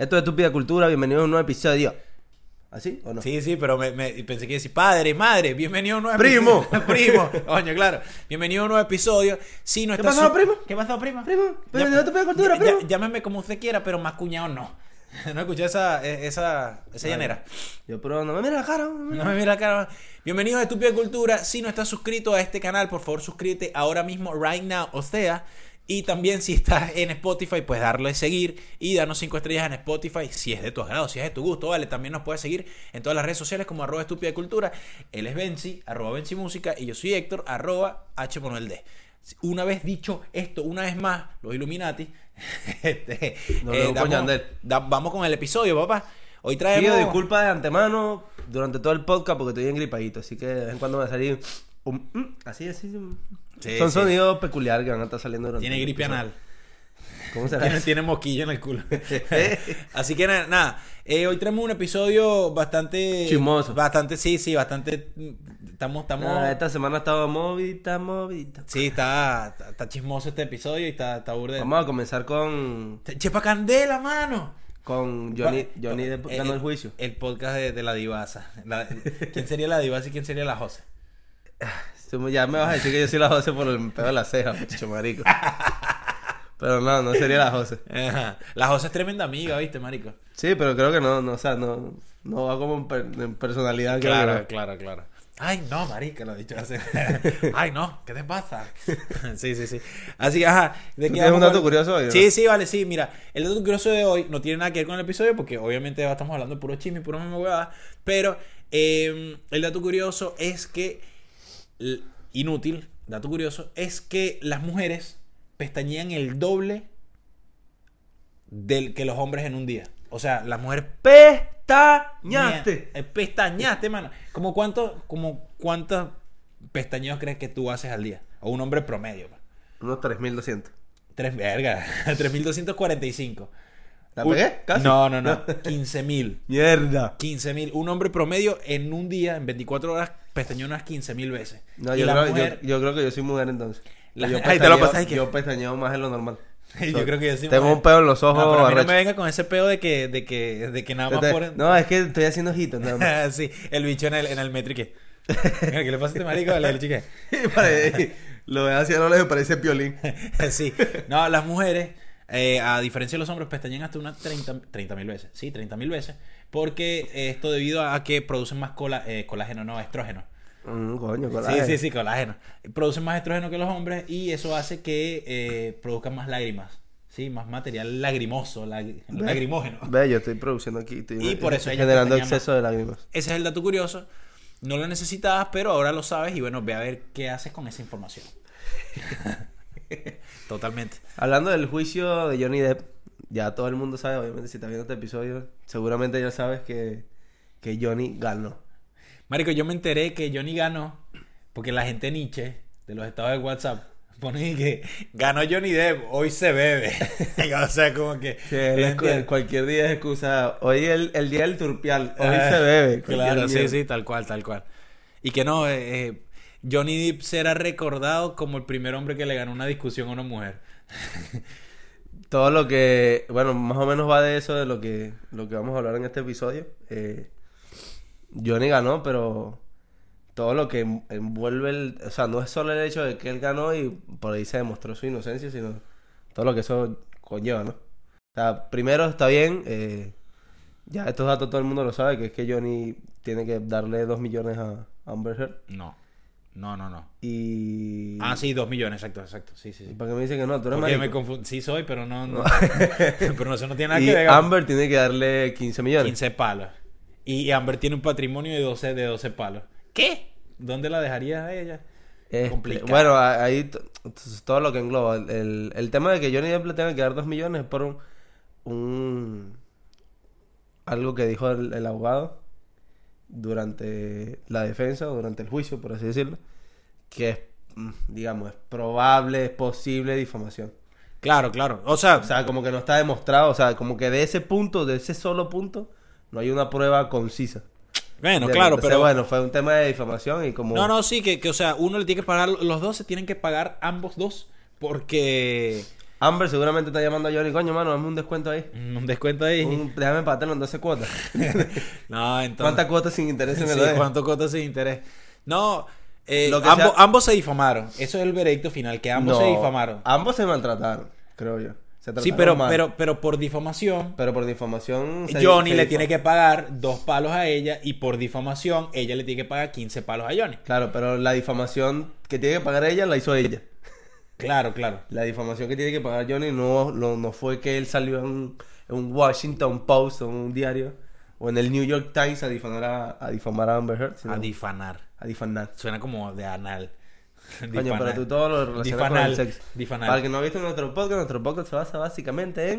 Esto es Estúpida Cultura, bienvenidos a un nuevo episodio. ¿Así o no? Sí, sí, pero me, me- pensé que decir padre, madre, bienvenido a un nuevo Primo. episodio. primo, coño, claro. Bienvenido a un nuevo episodio. Sí, no ¿Qué está pasó, primo? ¿Qué pasó, prima? Primo, bienvenido a Estúpida Cultura, ya- primo. llámeme como usted quiera, pero más cuñado no. No escuché esa, eh, esa, esa llanera. Yo pero no me mira la cara. no me mira. No me mira la cara. Bienvenidos a Estúpida Cultura. Si no estás suscrito a este canal, por favor suscríbete ahora mismo, right now, o sea. Y también si estás en Spotify, pues darle seguir y darnos 5 estrellas en Spotify si es de tu agrado, si es de tu gusto, vale. También nos puedes seguir en todas las redes sociales como arroba estúpida cultura. Él es Benzi, arroba Benzi Música y yo soy Héctor, arroba H Manuel D. Una vez dicho esto, una vez más, los Illuminati. este, Nos vemos con damos- Yandel. da- vamos con el episodio, papá. Hoy traemos. Pido disculpas de antemano durante todo el podcast porque estoy engripadito, así que de vez en cuando me va a salir un... mm, Así, así. un- Sí, Son sí. sonidos peculiares que van a estar saliendo durante... Tiene el gripe episodio. anal. ¿Cómo será? Tiene, tiene mosquilla en el culo. Así que na- nada, eh, hoy traemos un episodio bastante... Chismoso. Bastante, sí, sí, bastante... mm, Estamos, estamos... Ah, esta semana ha estado movida, movida. Sí, está, está, está chismoso este episodio y está, está burde. Vamos a comenzar con... Chepa Candela, mano. Con Johnny, Va- Johnny Depp eh, ganó el juicio. El podcast de, de la divasa. La- ¿Quién sería la divasa y quién sería la Jose? Tú Ya me vas a decir que yo soy la Jose por el pedo de la ceja, muchacho marico. Pero no, no sería la Jose. Ajá. La Jose es tremenda amiga, ¿viste, marico? Sí, pero creo que no, no, o sea, no, no va como en, per- en personalidad. creo que Claro, no. claro, claro. Ay, no, marica, lo he dicho hace. Ay, no, ¿qué te pasa? sí, sí, sí. Así que, ajá. ¿de ¿Tú qué tienes un vamos a dato hablar? curioso hoy, no? Sí, sí, vale, sí. Mira, el dato curioso de hoy no tiene nada que ver con el episodio porque obviamente estamos hablando de puro chisme, y puro mismo huevada. Pero eh, el dato curioso es que. l- Inútil, dato curioso, es que las mujeres pestañean el doble del que los hombres en un día. O sea, las mujeres Pestañaste. eh, Pestañaste, mano. ¿Cómo cuánto, como cuántos pestañeos crees que tú haces al día? O un hombre promedio, pa. Unos 3200. Tres, verga, 3.245. ¿La Un- pegué? Casi. No, no, no. 15.000. Mierda. 15.000. Un hombre promedio en un día, en 24 horas, pestañeó unas 15.000 veces. No, Y yo, la creo, yo- mujer- yo, creo que yo soy mujer entonces. La- Yo Ay, te lo pestañeo- pasas y que- Yo pestañeo más de lo normal. Yo creo que yo soy Tengo mujer. un peo en los No, ojos. pero a mí no arrecho. me venga con ese peo de que, de que, de que nada más Te- por... No, es que estoy haciendo ojitos nada más. sí, el bicho en el, en el metro y que... ¿Qué le pasa a este marico? El bicho y que- Pare- lo veo hacia no les parece piolín. sí. No, las mujeres, eh, a diferencia de los hombres, pestañean hasta unas 30 mil veces. Sí, 30 mil veces. Porque esto debido a que producen más cola, eh, colágeno, no, estrógeno. Mm, coño, Sí, coraje. sí, sí, colágeno. Producen más estrógeno que los hombres y eso hace que eh, produzcan más lágrimas. Sí, más material lagrimoso, lag- Ve- lagrimógeno. Ve, yo estoy produciendo aquí. estoy- Y por eso ellas Generando pestañean exceso de lágrimas. Ese es el dato curioso. No lo necesitabas, pero ahora lo sabes y bueno, ve a ver qué haces con esa información. Totalmente. Hablando del juicio de Johnny Depp, ya todo el mundo sabe, obviamente, si estás viendo este episodio, seguramente ya sabes que, que Johnny ganó. Marico, yo me enteré que Johnny ganó porque la gente Nietzsche de los estados de WhatsApp pone que ganó Johnny Depp, hoy se bebe. o sea, como que. Que ¿entiendes? cualquier día es excusa. Hoy es el, el día del turpial, hoy Ah, se bebe. Claro, cualquier sí, mierda. sí, tal cual, tal cual. Y que no, eh, eh, Johnny Depp será recordado como el primer hombre que le ganó una discusión a una mujer. Todo lo que, bueno, más o menos va de eso, de lo que, lo que vamos a hablar en este episodio. Eh, Johnny ganó, pero todo lo que en- envuelve el, o sea, no es solo el hecho de que él ganó y por ahí se demostró su inocencia, sino todo lo que eso conlleva, ¿no? O sea, primero está bien, eh, ya estos datos todo el mundo lo sabe, que es que Johnny tiene que darle dos millones a Amber Heard No, no, no, no. y... Ah, sí, dos millones, exacto, exacto. Sí, sí, sí. ¿Para qué me dice que no? Tú eres Porque me marico. confundí. Sí, soy, pero no. no. pero no, eso no tiene nada Y que ver. Amber tiene que darle 15 millones. 15 palos. Y Amber tiene un patrimonio de 12, de 12 palos. ¿Qué? ¿Dónde la dejarías a ella? Este, Complicado. bueno, a- ahí t- t- todo lo que engloba. El- El, el tema de que Johnny Depp le tenga que dar dos millones es por un, un- algo que dijo el, el abogado durante la defensa o durante el juicio, por así decirlo, que es, mm, digamos, es probable, es posible difamación. Claro, claro. O sea, O sea, como que no está demostrado, o sea, como que de ese punto, de ese solo punto, no hay una prueba concisa. bueno, De- claro, o sea, pero. bueno, fue un tema de difamación y como... No, no, sí, que, que, o sea, uno le tiene que pagar, los dos se tienen que pagar ambos dos, porque Amber seguramente está llamando a Johnny, coño, mano, dame un descuento ahí. mm, Un descuento ahí. Un- déjame patarlo en 12 cuotas. No, entonces. ¿Cuántas cuotas sin interés me Sí, lo dejas? ¿Cuánto cuota sin interés? No, eh, Lo que ambos, sea- ambos se difamaron. Eso es el veredicto final, que ambos No, se difamaron. Ambos se maltrataron, creo yo. Se Sí, trataron pero, mal. pero, pero por difamación, Pero por difamación. se- Johnny se le difam- tiene que pagar dos palos a ella y por difamación, ella le tiene que pagar 15 palos a Johnny. Claro, pero la difamación que tiene que pagar ella la hizo ella. Claro, claro. La difamación que tiene que pagar Johnny no, no, no fue que él salió en, en un Washington Post o en un diario o en el New York Times a difamar a, a difamar a Amber Heard. sino A difanar. a difamar. Suena como de anal. Coño, Difanar. pero tú todo lo relacionas con Difanal. el sexo. Difanal. Para el que no ha visto nuestro podcast, nuestro podcast se basa básicamente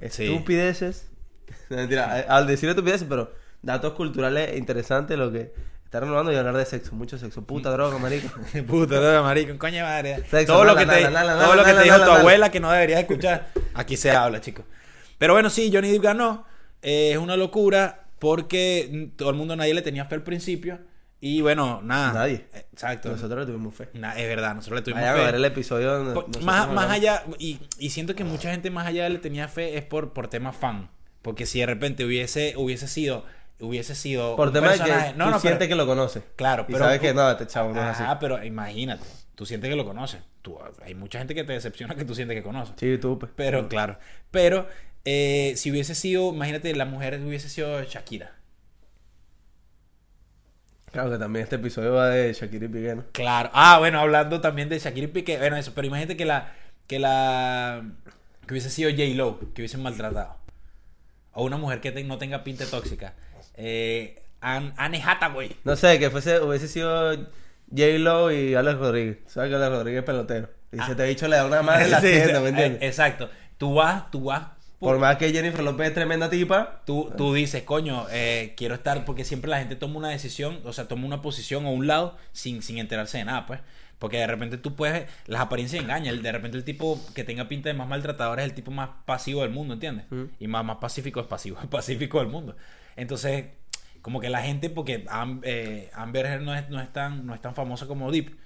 en Sí. estupideces. No, mentira, a- al decir estupideces, pero datos culturales interesantes, lo que está renovando y hablar de sexo, mucho sexo. Mm. Puta droga, marico. Puta, no, marico, coño de madre. Sexo, todo lo nala, que te, nala, nala, todo lo que nala, te dijo nala, tu nala. abuela que no deberías escuchar, aquí se habla, chicos. Pero bueno, sí, Johnny Depp ganó. Eh, es una locura porque mm, todo el mundo, nadie le tenía fe al principio. Y bueno, nada. Nadie. Eh, Exacto. Nosotros le tuvimos fe. Na- es verdad, nosotros le tuvimos Vayan a fe. ver el episodio donde Por- nosotros más, hablamos. más allá, y, y siento que mucha gente más allá le tenía fe es por, por tema fan. Porque si de repente hubiese, hubiese sido, hubiese sido Por un tema de personaje- que tú sientes pero- que lo conoces. Claro, y pero- sabes que no, este chavo no es Ah, así. pero imagínate, tú sientes que lo conoces. Tú, hay mucha gente que te decepciona que tú sientes que conoces. Sí, tú, pues. Pero, claro. Pero, eh, si hubiese sido, imagínate, la mujer hubiese sido Shakira. Claro que también este episodio va de Shakira y Piqué, ¿no? Claro. Ah, bueno, hablando también de Shakira y Piqué. Bueno, eso, pero imagínate que la. Que la. Que hubiese sido J-Lo, que hubiesen maltratado. O una mujer que te- no tenga pinta tóxica. Eh, Anne, Anne Hathaway. No sé, que fuese, hubiese sido J-Lo y Alex Rodríguez. ¿Sabes que Alex Rodríguez es pelotero? Y se te ha dicho le da una madre en la Ah. Sí, tienda, ¿me eh, entiendes? Exacto. Tú vas, tú vas. Por más que Jennifer López es tremenda tipa, Tú, tú dices, coño, eh, quiero estar, porque siempre la gente toma una decisión, o sea, toma una posición o un lado sin, sin enterarse de nada, pues. Porque de repente tú puedes, las apariencias engañan, el- de repente el tipo que tenga pinta de más maltratador es el tipo más pasivo del mundo, ¿entiendes? Y más, más pacífico es pasivo, pacífico del mundo. Entonces, como que la gente, porque Am- eh, Amber Heard no es, no, es tan, no es tan famosa como Deep,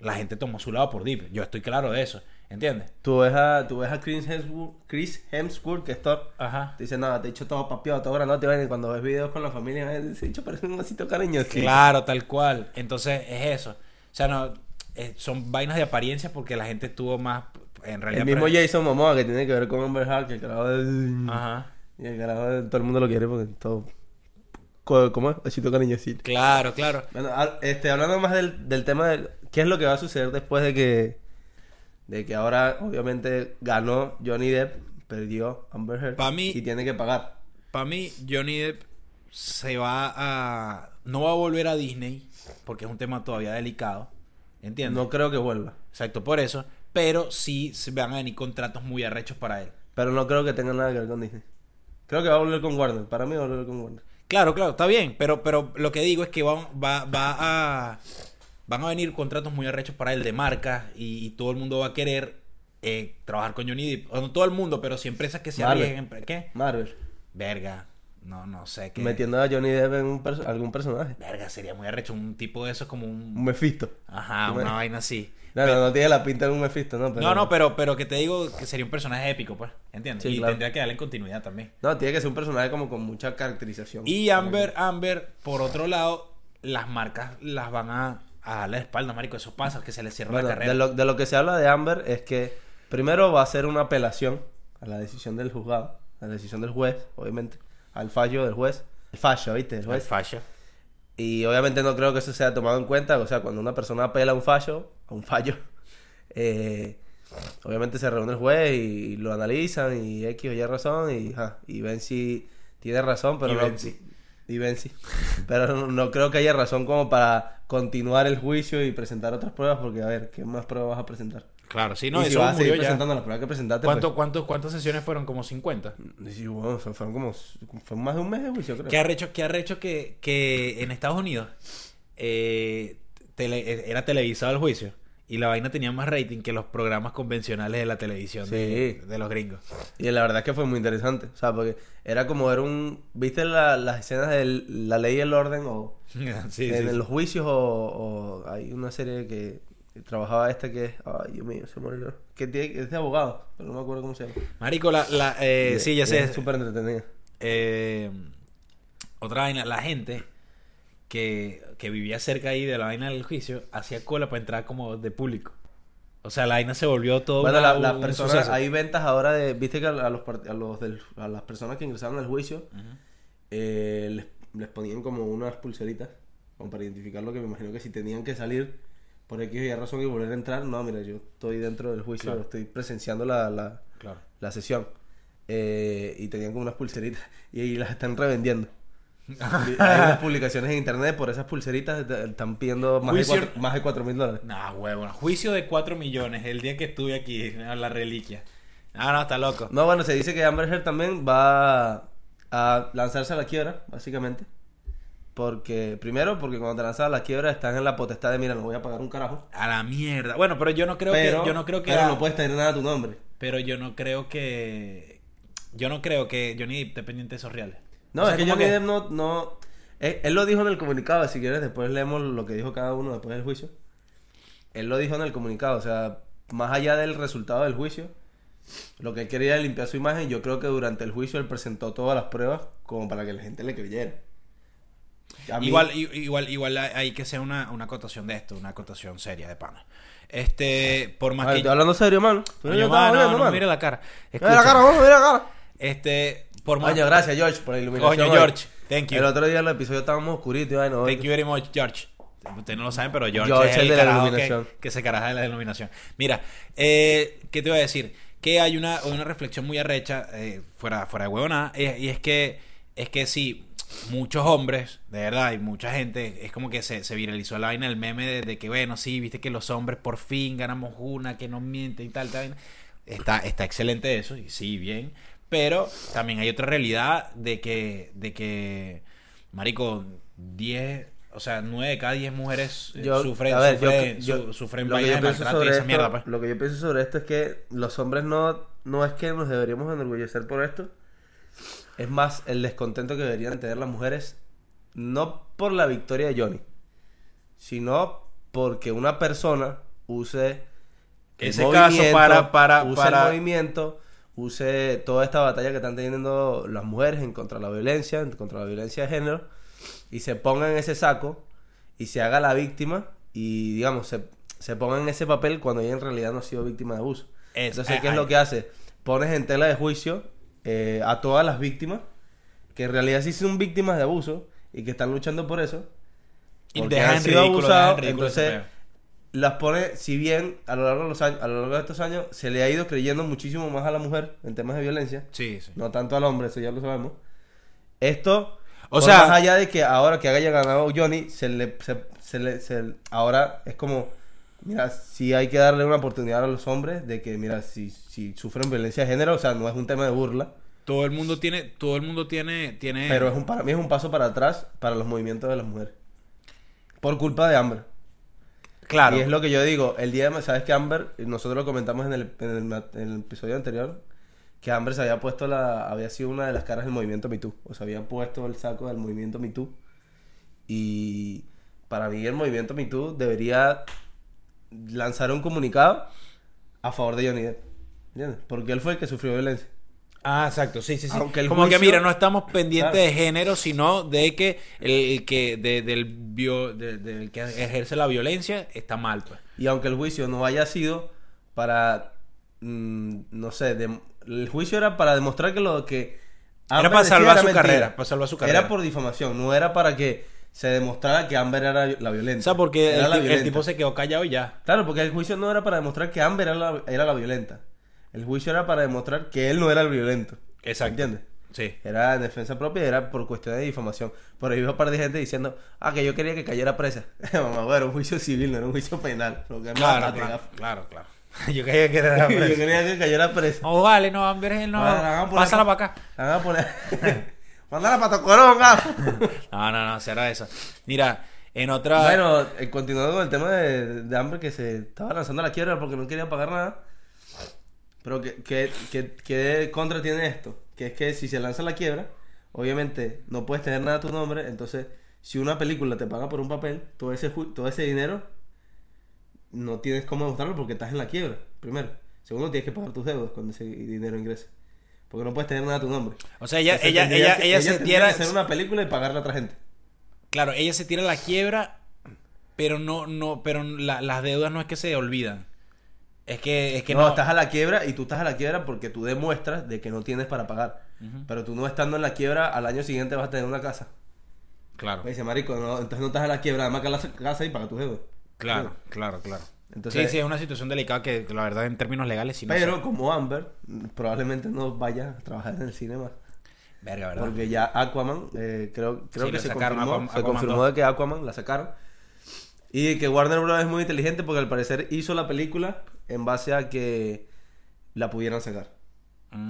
la gente tomó su lado por Deep, yo estoy claro de eso, ¿entiendes? tú ves a, tú ves a Chris, Hemsworth, Chris Hemsworth, que es top. Ajá. Te dicen, no, te he hecho todo papiado, todo grandote. Bueno, y cuando ves videos con la familia, eh, te he hecho parece un osito cariñosito. Claro, tal cual. Entonces es eso. O sea, no, eh, son vainas de apariencia porque la gente estuvo más en realidad. El mismo pero- Ah. Jason Momoa, que tiene que ver con Amber Heard, que el carajo de... Ajá. Y el carajo de- Todo el mundo lo quiere porque todo... co- ¿Cómo es? Osito cariñosito. Claro, claro. Bueno, a- este, hablando más del, del tema de qué es lo que va a suceder después de que de que ahora obviamente ganó Johnny Depp, perdió Amber Heard Pa' mí- y tiene que pagar. Para mí, Johnny Depp se va a. No va a volver a Disney porque es un tema todavía delicado. ¿Entiendes? No creo que vuelva, Exacto, por eso. Pero sí se van a venir contratos muy arrechos para él. pero no creo que tenga nada que ver con Disney. Creo que va a volver con Warner, para mí va a volver con Warner. Claro, claro, está bien, pero, pero lo que digo es que van, va, va a, van a venir contratos muy arrechos para él de marca y, y todo el mundo va a querer eh, trabajar con Johnny Depp. O no todo el mundo, pero si empresas que se Marvel. arriesguen. ¿Qué? Marvel, Verga, no, no sé qué. metiendo a Johnny Depp en un perso- algún personaje. Verga, sería muy arrecho. Un tipo de esos como Un un. Mephisto. Ajá, Bueno. una vaina así. No, no, no tiene la pinta de un Mephisto, no, pero No, no, pero, pero que te digo que sería un personaje épico, pues. ¿Entiendes? Sí, y claro. tendría que darle continuidad también. No, tiene que ser un personaje como con mucha caracterización. Y Amber, Amber, por otro lado, las marcas las van a, a dar la espalda, marico. Eso pasa, que se les cierra Bueno, la carrera. de lo, de lo que se habla de Amber es que primero va a ser una apelación a la decisión del juzgado, a la decisión del juez, obviamente, al fallo del juez. El fallo, ¿viste? El El juez. fallo. Y obviamente no creo que eso sea tomado en cuenta. O sea, cuando una persona apela a un fallo, a un fallo, eh, obviamente se reúne el juez y lo analizan y X o Y razón y, ajá, y ven si tiene razón, pero Y no... ven si. Y ven si. Pero no, no creo que haya razón como para continuar el juicio y presentar otras pruebas, porque a ver, ¿qué más pruebas vas a presentar? Claro, sí, no, y si eso vas a seguir murió ya. presentando las pruebas que presentaste, ¿Cuánto, cuánto, ¿Cuántas sesiones fueron? Como 50. pues, sí, bueno, fue- fueron como... Fue más de un mes de juicio, creo. ¿Qué arrecho, qué arrecho que, que en Estados Unidos eh, tele- era televisado el juicio? Y la vaina tenía más rating que los programas convencionales de la televisión de, Sí. de los gringos. Y la verdad es que fue muy interesante. O sea, porque era como ver un... ¿Viste la- las escenas de la ley y el orden o sí, sí. en sí. los juicios o, o hay una serie que... trabajaba este que es. Ay, Dios mío, se me olvidó. Que tiene- es de abogado, pero no me acuerdo cómo se llama. Marico, la, la, eh, Y- sí, ya y sé. Es súper entretenido. Eh, otra vaina, la gente que, que vivía cerca ahí de la vaina del juicio hacía cola para entrar como de público. O sea, la vaina se volvió todo Bueno, una- la- las un personas. suceso. Hay ventas ahora de. Viste que a, a los, part- a, los del- a las personas que ingresaron al juicio Ujú. eh, les, les ponían como unas pulseritas. Como para identificar lo que me imagino que si tenían que salir por X o Y razón y volver a entrar. No, mira, yo estoy dentro del juicio, Claro. estoy presenciando la- la, Claro. la sesión. Eh, y tenían como unas pulseritas y, ahí las están revendiendo. Hay unas publicaciones en internet por esas pulseritas t- están pidiendo más de, Juicio- cuatro, más de cuatro mil dólares. Nah, huevón. Juicio de 4 millones el día que estuve aquí, a la reliquia. Ah, no, está loco. No, bueno, se dice que Amber Heard también va a lanzarse a la quiebra, básicamente. Porque, primero, porque cuando te lanzas a la quiebra estás en la potestad de, mira, no voy a pagar un carajo. A la mierda. Bueno, pero yo no creo pero que yo no creo que pero la- no puedes tener nada a tu nombre. pero yo no creo que yo no creo que Johnny Depp esté pendiente de esos reales. No, O sea, es que como Johnny Depp no... no eh, él, él lo dijo en el comunicado, si quieres después leemos lo que dijo cada uno después del juicio. Él lo dijo en el comunicado, o sea, más allá del resultado del juicio, lo que él quería era limpiar su imagen, yo creo que durante el juicio él presentó todas las pruebas como para que la gente le creyera. A mí- Igual, i- igual, igual hay- hay que ser una, una acotación de esto, una acotación seria de pana. Este, por más Ay, que. estoy hablando serio, mano. Tú Coño, estás mano, jodiendo, no, mano. mira la cara. Mira la cara, mano, mira la cara. Este, por más. Coño, gracias, George, por la iluminación. Coño, hoy. George, thank you. El otro día en el episodio estábamos oscuritos, y vaina, hoy- Thank you very much, George. Ustedes no lo saben, pero George, George es el, es de la carajo que, iluminación. que se caraja de la iluminación. Mira, eh, ¿qué te voy a decir? Que hay una, una reflexión muy arrecha, eh, fuera, fuera de huevonada, eh, y es que, es que sí, muchos hombres, de verdad, y mucha gente, es como que se, se viralizó la vaina, el meme de, de que, bueno, sí, viste que los hombres por fin ganamos una, que no mienten y tal, tal. vaina. Está, está excelente eso, y sí, bien. Pero también hay otra realidad de que, de que marico, 10, o sea, 9 de cada 10 mujeres eh, Yo- sufren, a ver, yo- sufren, yo- su- sufren lo que vainas yo de pienso maltrato y sobre esa esto- mierda, pues. Lo que yo pienso sobre esto es que los hombres no, no es que nos deberíamos enorgullecer por esto. Es más, el descontento que deberían tener las mujeres, no por la victoria de Johnny, sino porque una persona use el Ese caso movimiento, para- para- use para- el movimiento, use toda esta batalla que están teniendo las mujeres en contra de la violencia, en contra de la violencia de género, y se ponga en ese saco y se haga la víctima y, digamos, se, se ponga en ese papel cuando ella en realidad no ha sido víctima de abuso. Es- Entonces, ¿qué ay. es lo que hace? Pones en tela de juicio eh, a todas las víctimas que en realidad sí son víctimas de abuso y que están luchando por eso. Y porque dejan han sido ridículo, abusados, dejan ridículo ese entonces, pedo. las pone, si bien a lo largo de los años, a lo largo de estos años, se le ha ido creyendo muchísimo más a la mujer en temas de violencia, Sí, sí. no tanto al hombre, eso ya lo sabemos. Esto, O o sea- sea, más allá de que ahora que haya ganado Johnny, se le, se, se le, se- ahora es como, mira, sí hay que darle una oportunidad a los hombres de que, mira, si, si sufren violencia de género, o sea, no es un tema de burla, Todo el mundo tiene, todo el mundo tiene, tiene... pero es un, para mí es un paso para atrás para los movimientos de las mujeres. Por culpa de Amber. claro. Y es lo que yo digo, el día de ma- sabes que Amber, y nosotros lo comentamos en el, en el ma- en el episodio anterior, que Amber se había puesto la, había sido una de las caras del movimiento Me Too, o sea, había puesto el saco del movimiento Me Too. Y para mí el movimiento Me Too debería lanzar un comunicado a favor de Johnny Depp, ¿entiendes? Porque él fue el que sufrió violencia. Ah, exacto, sí, sí, sí. Aunque el Como que juicio- mira, no estamos pendientes Claro. de género, sino de que el, el que de- del, bio- de- del que ejerce la violencia está mal, pues. Y aunque el juicio no haya sido para, mm, no sé, dem- el juicio era para demostrar que lo que... Era Amber para decía salvar era su carrera, para salvar su carrera. Era por difamación, no era para que se demostrara que Amber era la violenta. O sea, porque Era el, la ti- el violenta. tipo se quedó callado y ya. Claro, porque el juicio no era para demostrar que Amber era la, era la violenta. El juicio era para demostrar que él no era el violento. Exacto. ¿Entiendes? Sí. Era en defensa propia, era por cuestiones de difamación. Por ahí iba un par de gente diciendo, ah, que yo quería que cayera presa. Mamá, bueno, era un juicio civil, no era un juicio penal. Lo que Claro, mátate, claro, gafo. claro, claro. Yo creía que era Yo preso. quería que cayera presa. No, vale, no, Amber, no. Vale, la hagan por Pásala la- para acá. La van a poner. Mandala para Tocorón, ah. gafo. No, no, no, será eso. Mira, en otra. Bueno, eh, continuando con el tema de, de Amber que se estaba lanzando a la quiebra porque no quería pagar nada. Pero que, que, que- que contra tiene esto, que es que si se lanza a la quiebra, obviamente no puedes tener nada a tu nombre, entonces si una película te paga por un papel, todo ese ju- todo ese dinero no tienes cómo demostrarlo porque estás en la quiebra, primero. Segundo, tienes que pagar tus deudas cuando ese dinero ingrese. Porque no puedes tener nada a tu nombre. O sea, ella, Entonces, ella, tendría ella, que- ella se tendría que tira. hacer una película y pagarla a otra gente. Claro, ella se tira a la quiebra, pero no, no, pero la- las deudas no es que se olvidan. Es que, es que no, no. estás a la quiebra y tú estás a la quiebra porque tú demuestras de que no tienes para pagar. Pero tú no estando en la quiebra, al año siguiente vas a tener una casa. Claro, Me dice, marico, no, entonces no estás a la quiebra, además que la casa y paga tus deudas. claro, claro, claro. Entonces- sí, sí, es una situación delicada que, que la verdad en términos legales sí no Pero sé. como Amber, probablemente no vaya a trabajar en el cinema. Verga, ¿verdad? Porque ya Aquaman, eh, creo, creo Sí, que la se sacaron, confirmó, Aquaman- se Aquaman confirmó 2. de que Aquaman la sacaron. Y que Warner Bros. es muy inteligente porque al parecer hizo la película en base a que la pudieran sacar.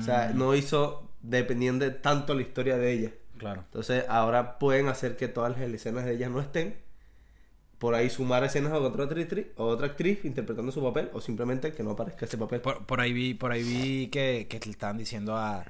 O sea, Mm. no hizo dependiendo de tanto la historia de ella. Claro. Entonces ahora pueden hacer que todas las escenas de ellas no estén. Por ahí sumar escenas a otra actriz, o otra actriz interpretando su papel o simplemente que no aparezca ese papel. Por, por ahí vi, por ahí vi que, que le estaban diciendo a,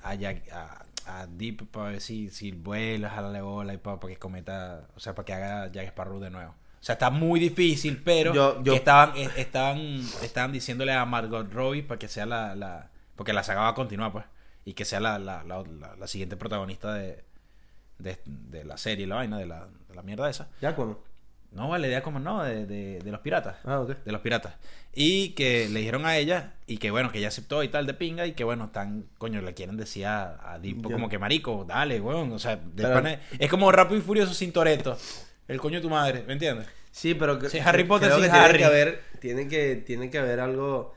a, Jack- a, a Deep para ver si, si vuela, jalarle bola y para, que cometa, o sea, para que haga Jack Sparrow de nuevo. O sea, está muy difícil, pero Yo- yo- que estaban, eh, estaban, estaban diciéndole a Margot Robbie para que sea la, la- porque la saga va a continuar, pues, y que sea la, la, la, la- la siguiente protagonista de, de, de la serie, la vaina, de la, de la mierda esa. Ya, Aquaman. No, vale, idea como no, de, de, de los piratas Ah, ok. de los piratas. Y que le dijeron a ella, y que bueno, que ella aceptó y tal de pinga, y que bueno, están, coño, le quieren decir a, a Deep, Ya. como que marico, dale, weón. O sea, de Pero- pana- es, como rápido y furioso sin Toreto. El coño de tu madre, ¿me entiendes? Sí, pero que- Sí, Harry Potter creo sin que Harry. tiene que haber, tiene que, tiene que haber algo.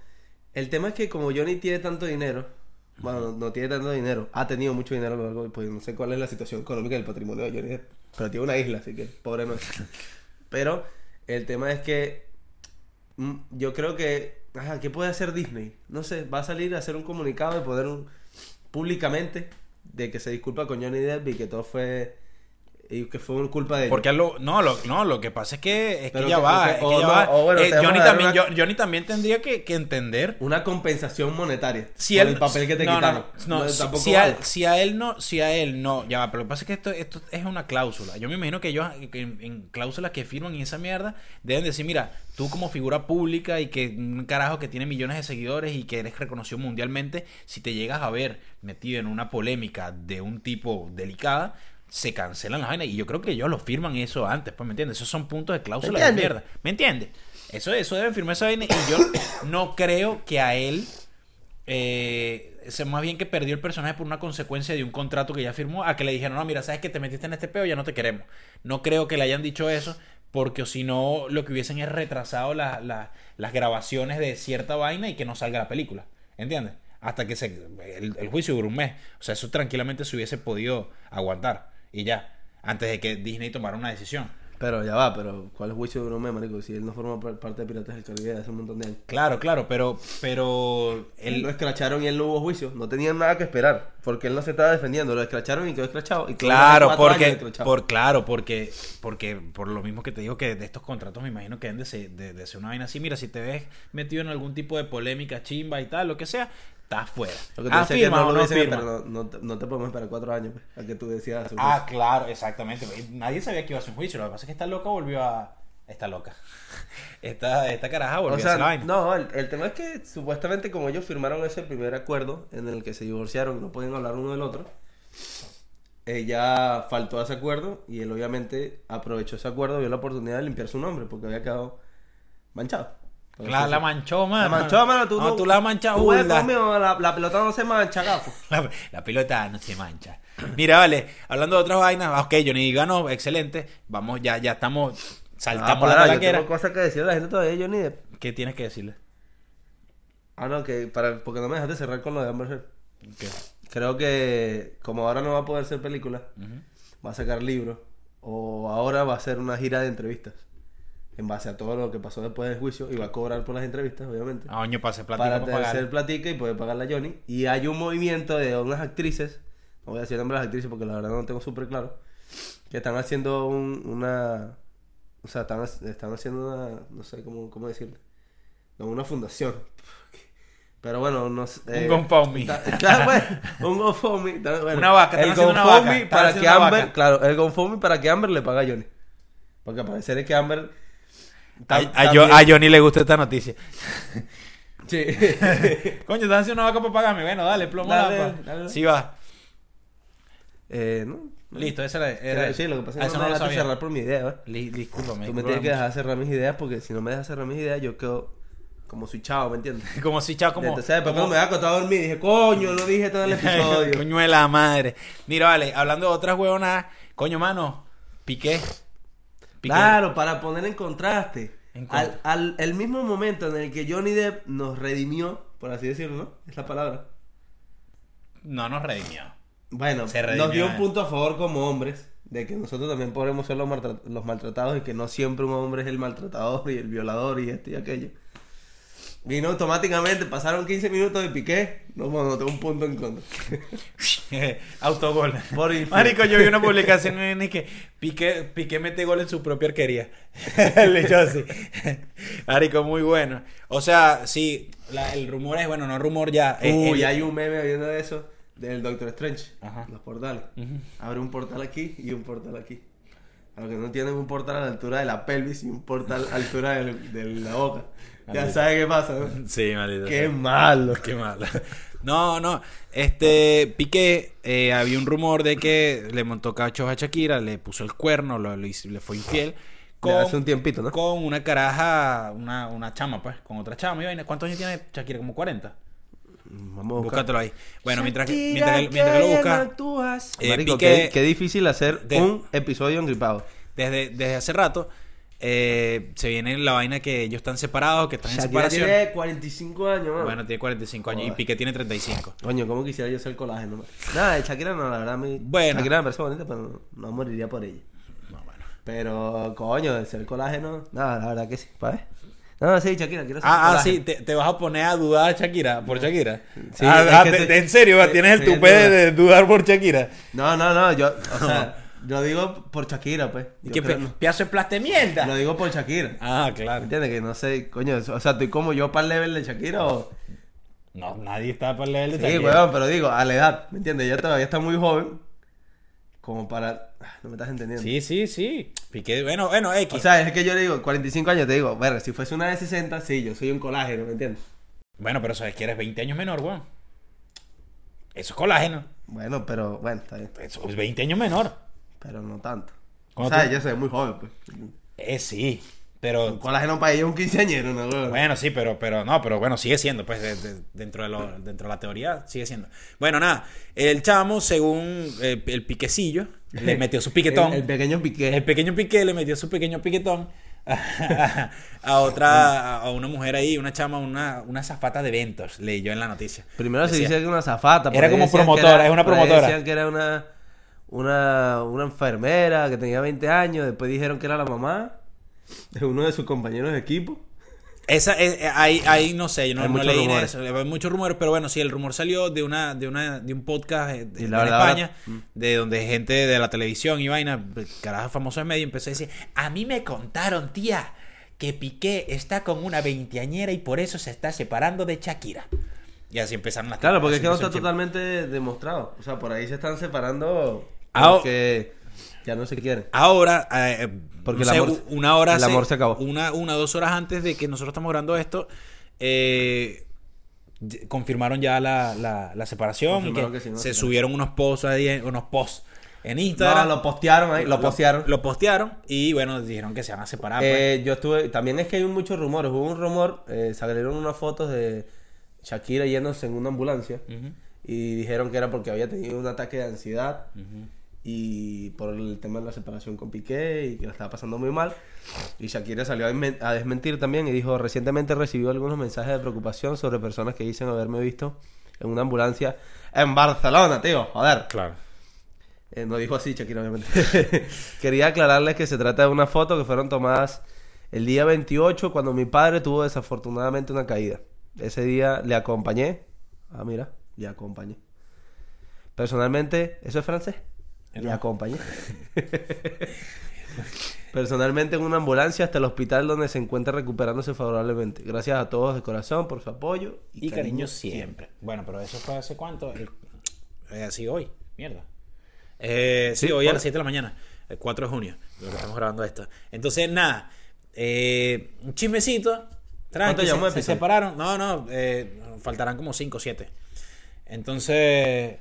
El tema es que como Johnny tiene tanto dinero, bueno, no tiene tanto dinero, ha tenido mucho dinero a lo largo, pues no sé cuál es la situación económica del patrimonio de Johnny Depp, pero tiene una isla, así que pobre no es. Pero el tema es que mm, yo creo que, ajá, ¿qué puede hacer Disney? No sé, va a salir a hacer un comunicado y poner un públicamente de que se disculpa con Johnny Depp y que todo fue y que fue una culpa de él. Porque lo, no, lo, no, lo que pasa es que, es que Pero ya que- va, que- es que o ya no, va. o bueno, Eh, te vamos Johnny, a dar también, una- yo- Johnny también tendría que, que entender una compensación monetaria si por él, el papel que te no, no, quitaron. No, No, si, tampoco si a, vale. si a él no, si a él no, ya va, pero lo que pasa es que esto, esto es una cláusula. Yo me imagino que ellos que en, en cláusulas que firman y esa mierda deben decir, mira, tú como figura pública y que un carajo que tiene millones de seguidores y que eres reconocido mundialmente, si te llegas a ver metido en una polémica de un tipo delicada, se cancelan las vainas. Y yo creo que ellos lo firman eso antes, pues, ¿me entiendes? Esos son puntos de cláusula de entiendes? mierda. ¿Me entiendes? Eso, eso deben firmar esa vaina y yo no creo que a él eh, se- más bien que perdió el personaje por una consecuencia de un contrato que ya firmó, a que le dijeron, no, mira, sabes que te metiste en este peo, ya no te queremos. No creo que le hayan dicho eso, porque si no, lo que hubiesen es retrasado la- la- las grabaciones de cierta vaina y que no salga la película. ¿Entiendes? Hasta que se, el, el juicio duró un mes. O sea, eso tranquilamente se hubiese podido aguantar. Y ya, antes de que Disney tomara una decisión. Pero ya va, pero ¿cuál juicio de un hombre, marico? Si él no forma par- parte de Piratas del Caribe de hace un montón de años. Claro, claro, pero, pero Él lo el, escracharon y él no hubo juicio. No tenían nada que esperar. Porque él no se estaba defendiendo. Lo escracharon y quedó escrachado. Y quedó Claro, cuatro años porque, escrachado. por, claro, porque, porque por lo mismo que te digo que de estos contratos me imagino que deben de, se- de- de ser una vaina así. Mira, si te ves metido en algún tipo de polémica, chimba y tal, lo que sea, estás fuera. Lo que te Ah, decía es que firma no o lo no hubiesen firma. esperado. No, no te- no te podemos esperar cuatro años pues, a que tú decidas. sobre Ah, eso. claro, exactamente. güey. Nadie sabía que iba a ser un juicio. Lo que pasa es que esta loca volvió a. Esta loca. Esta, esta caraja volvió O a hacer sea, la vaina. no, el, el tema es que supuestamente como ellos firmaron ese primer acuerdo en el que se divorciaron y no podían hablar uno del otro, ella faltó a ese acuerdo y él obviamente aprovechó ese acuerdo, vio la oportunidad de limpiar su nombre porque había quedado manchado. La, la manchó, mano. La manchó, mano, tú no, tú la manchas, tú ves burda. conmigo, la, la pelota no se mancha, gafo. La, la pelota no se mancha. Mira, vale, hablando de otras vainas, ah, ok, Johnny ganó, excelente. Vamos, ya, ya estamos, saltamos Ah, la para, yo palaquera. tengo cosas que decirle a la gente todavía, Johnny Depp. ¿Qué tienes que decirle? Ah, no, que para, porque no me dejaste cerrar con lo de Amber Heard. ¿Qué? Creo que como ahora no va a poder ser película, va a sacar libros o ahora va a hacer una gira de entrevistas en base a todo lo que pasó después del juicio y va a cobrar por las entrevistas, obviamente. Ah, oño, pase plata para para pagar. hacer platica y poder pagarla a Johnny. Y hay un movimiento de unas actrices, no voy a decir el nombre de las actrices porque la verdad no lo tengo súper claro, que están haciendo un- una... O sea, están, están haciendo una... No sé cómo, cómo decirlo. No, una fundación. Pero bueno, no sé... Un eh, GoFundMe. Ta- Claro, bueno, un GoFundMe. ta- bueno, Una vaca, están el haciendo una GoFundMe vaca, están para haciendo que una Amber, vaca. claro, el GoFundMe para que Amber le pague a Johnny. Porque al parecer es que Amber Ta- a, a Jo- a también- Johnny le gusta esta noticia. Sí. Coño, están haciendo una vaca para pagarme. Bueno, dale, plomo. Dale, napa. dale. Sí va. eh, no. Listo, esa era- Era- era. sí, lo que pasa Ah, es eso que no no me lo dejaste sabía. cerrar por mi idea, ¿verdad? Li- Discúlpame. Tú me discúlpame tienes que mucho. dejar cerrar mis ideas porque si no me dejas cerrar mis ideas, yo quedo como switchado, ¿me entiendes? Como si, chao, como. Entonces, después como- cuando me había acostado a dormir, dije, coño, lo dije todo el episodio. Coño de la madre. Mira, vale, hablando de otras huevonas, coño, mano, piqué. Piqué. claro, para poner en contraste. En al, contra. al- el mismo momento en el que Johnny Depp nos redimió, por así decirlo, ¿no? Es la palabra. No nos redimió. Bueno, Se redimió, nos dio eh. un punto a favor como hombres, de que nosotros también podemos ser los, maltra- los maltratados y que no siempre un hombre es el maltratador y el violador y esto y aquello. Vino automáticamente, pasaron 15 minutos de piqué, nos anotó un punto en contra. Autogol. Por infierno. Marico, yo vi una publicación en el que Piqué, Piqué mete gol en su propia arquería. Le echó así. Marico, muy bueno. O sea, sí, la- el rumor es, bueno, no rumor ya. eh, Uy, el- hay un meme viendo de eso del Doctor Strange. Ajá. Los portales. Abre un portal aquí y un portal aquí. A los que no tienen un portal a la altura de la pelvis y un portal a la altura del- de la boca. Ya Maldito. saben qué pasa, ¿no? Sí, maldito. Qué sea. malo. Qué malo. No, no. Este, Piqué, eh, había un rumor de que le montó cachos a Shakira, le puso el cuerno, lo, lo hizo- le fue infiel. Con, hace un tiempito, ¿no? Con una caraja, una, una chama, pues, con otra chama. Y vaina. ¿Cuántos años tiene Shakira? Como 40. Vamos a buscar. Búscatelo ahí. Bueno, mientras, que- mientras, que- mientras que lo busca, eh, Marico, Piqué- qué, qué difícil hacer de- un episodio engripado. desde, desde hace rato, eh, se viene la vaina que ellos están separados, que están en Shakira separación. tiene 45 años, mano. Bueno, tiene 45 años y Joder. Piqué tiene 35. Coño, ¿cómo quisiera yo ser colágeno? man? Nada, de Shakira no, la verdad. Me... Bueno. Shakira me parece bonita, pero no, no moriría por ella. No, bueno. Pero, coño, de ser colágeno, nada, la verdad que sí, pa' ver. No, sí, Shakira, quiero ser Ah, ah, colágeno. sí, te, te vas a poner a dudar a Shakira por Shakira. Sí, Ah, es ah, que te- te- te- en serio, te- tienes el te- tupé de, de dudar por Shakira. No, no, no, yo, o sea, lo digo por Shakira, pues. Yo ¿Qué creo- pe- pedazo de plaste mierda? Lo digo por Shakira. Ah, claro. ¿Entiendes? Que no sé, coño, o sea, estoy como yo para el level de Shakira o... No, nadie está para el level de Sí, Shakira. weón, pero digo, a la edad, ¿me entiendes? Ella todavía está muy joven como para... Ah, No me estás entendiendo. Sí, sí, sí. Piqué, bueno, bueno, X. O sea, es que yo le digo, 45 años, te digo, ver, si fuese una de 60, sí, yo soy un colágeno, ¿me entiendes? bueno, pero sabes que eres 20 años menor, weón. Eso es colágeno. Bueno, pero, bueno, está bien. Eso es 20 años menor. Pero no tanto. O ¿Cómo sea, tú? yo soy muy joven, pues. Eh, sí. Pero, Un colágeno para ella es un quinceañero, ¿no, weón? Bueno, sí, pero, pero no, pero bueno, sigue siendo, pues, de- de- dentro, de lo- dentro de la teoría, sigue siendo. Bueno, nada, el chamo, según eh, el piquecillo, le metió su piquetón. El, el el, pequeño piqué. pequeño piqué le metió su pequeño piquetón a, a otra, a una mujer ahí, una chama, una, una zafata de eventos, leí yo en la noticia. Primero se Decía, dice que era una zafata. Era como promotora, es una promotora. Decían que era una, una, una enfermera que tenía 20 años. Después dijeron que era la mamá de uno de sus compañeros de equipo. Esa, es- eh, ahí, ahí no sé, yo no, Hay no muchos leí rumores. eso, hay muchos rumores, pero bueno, sí, el rumor salió de una, de una, de un podcast eh, de, Y en la verdad, mm. España, de donde gente de la televisión y vaina, pues, carajo famoso en medio, empezó a decir, a mí me contaron, tía, que Piqué está con una veinteañera y por eso se está separando de Shakira. Y así empezaron las Claro, porque es así que no empezó está el chisme. totalmente demostrado. O sea, por ahí se están separando Ah, o- porque ya no se quieren. Ahora, eh, Porque no el sé, amor- u- una hora, el amor se acabó. Una, una, dos horas antes de que nosotros estamos grabando esto, eh, y- confirmaron ya la, la, la separación. y Confirmaron que que sí, no, se sí. subieron unos posts ahí, en- unos posts en No, Instagram. lo postearon ahí, lo postearon. Lo, postearon y bueno, dijeron que se van a separar. pues. Eh, yo estuve, también es que hay muchos rumores. Hubo un rumor, eh, salieron unas fotos de Shakira yéndose en una ambulancia y dijeron que era porque había tenido un ataque de ansiedad y por el tema de la separación con Piqué y que la estaba pasando muy mal. Y Shakira salió a, inmen- a desmentir también y dijo, recientemente recibió algunos mensajes de preocupación sobre personas que dicen haberme visto en una ambulancia en Barcelona, tío, joder. Claro. Eh, no dijo así, Shakira, obviamente. Quería aclararles que se trata de una foto que fueron tomadas el día 28 cuando mi padre tuvo desafortunadamente una caída. Ese día le acompañé. Ah, mira, le acompañé. Personalmente, ¿eso es francés? Le No. acompañé. Personalmente en una ambulancia hasta el hospital donde se encuentra recuperándose favorablemente. Gracias a todos de corazón por su apoyo Y, cariño, siempre. Bueno, pero eso fue hace cuánto? El- eh, así hoy, mierda. Eh, sí, Sí, hoy hoy. a eh, las 7 de la mañana, el 4 de junio, lo que estamos grabando esto. Entonces, nada, Eh, un chismecito. ¿Cuánto Tranqui, se, llevamos de se episodio? separaron. No, no, eh, faltarán como 5 o 7. Entonces,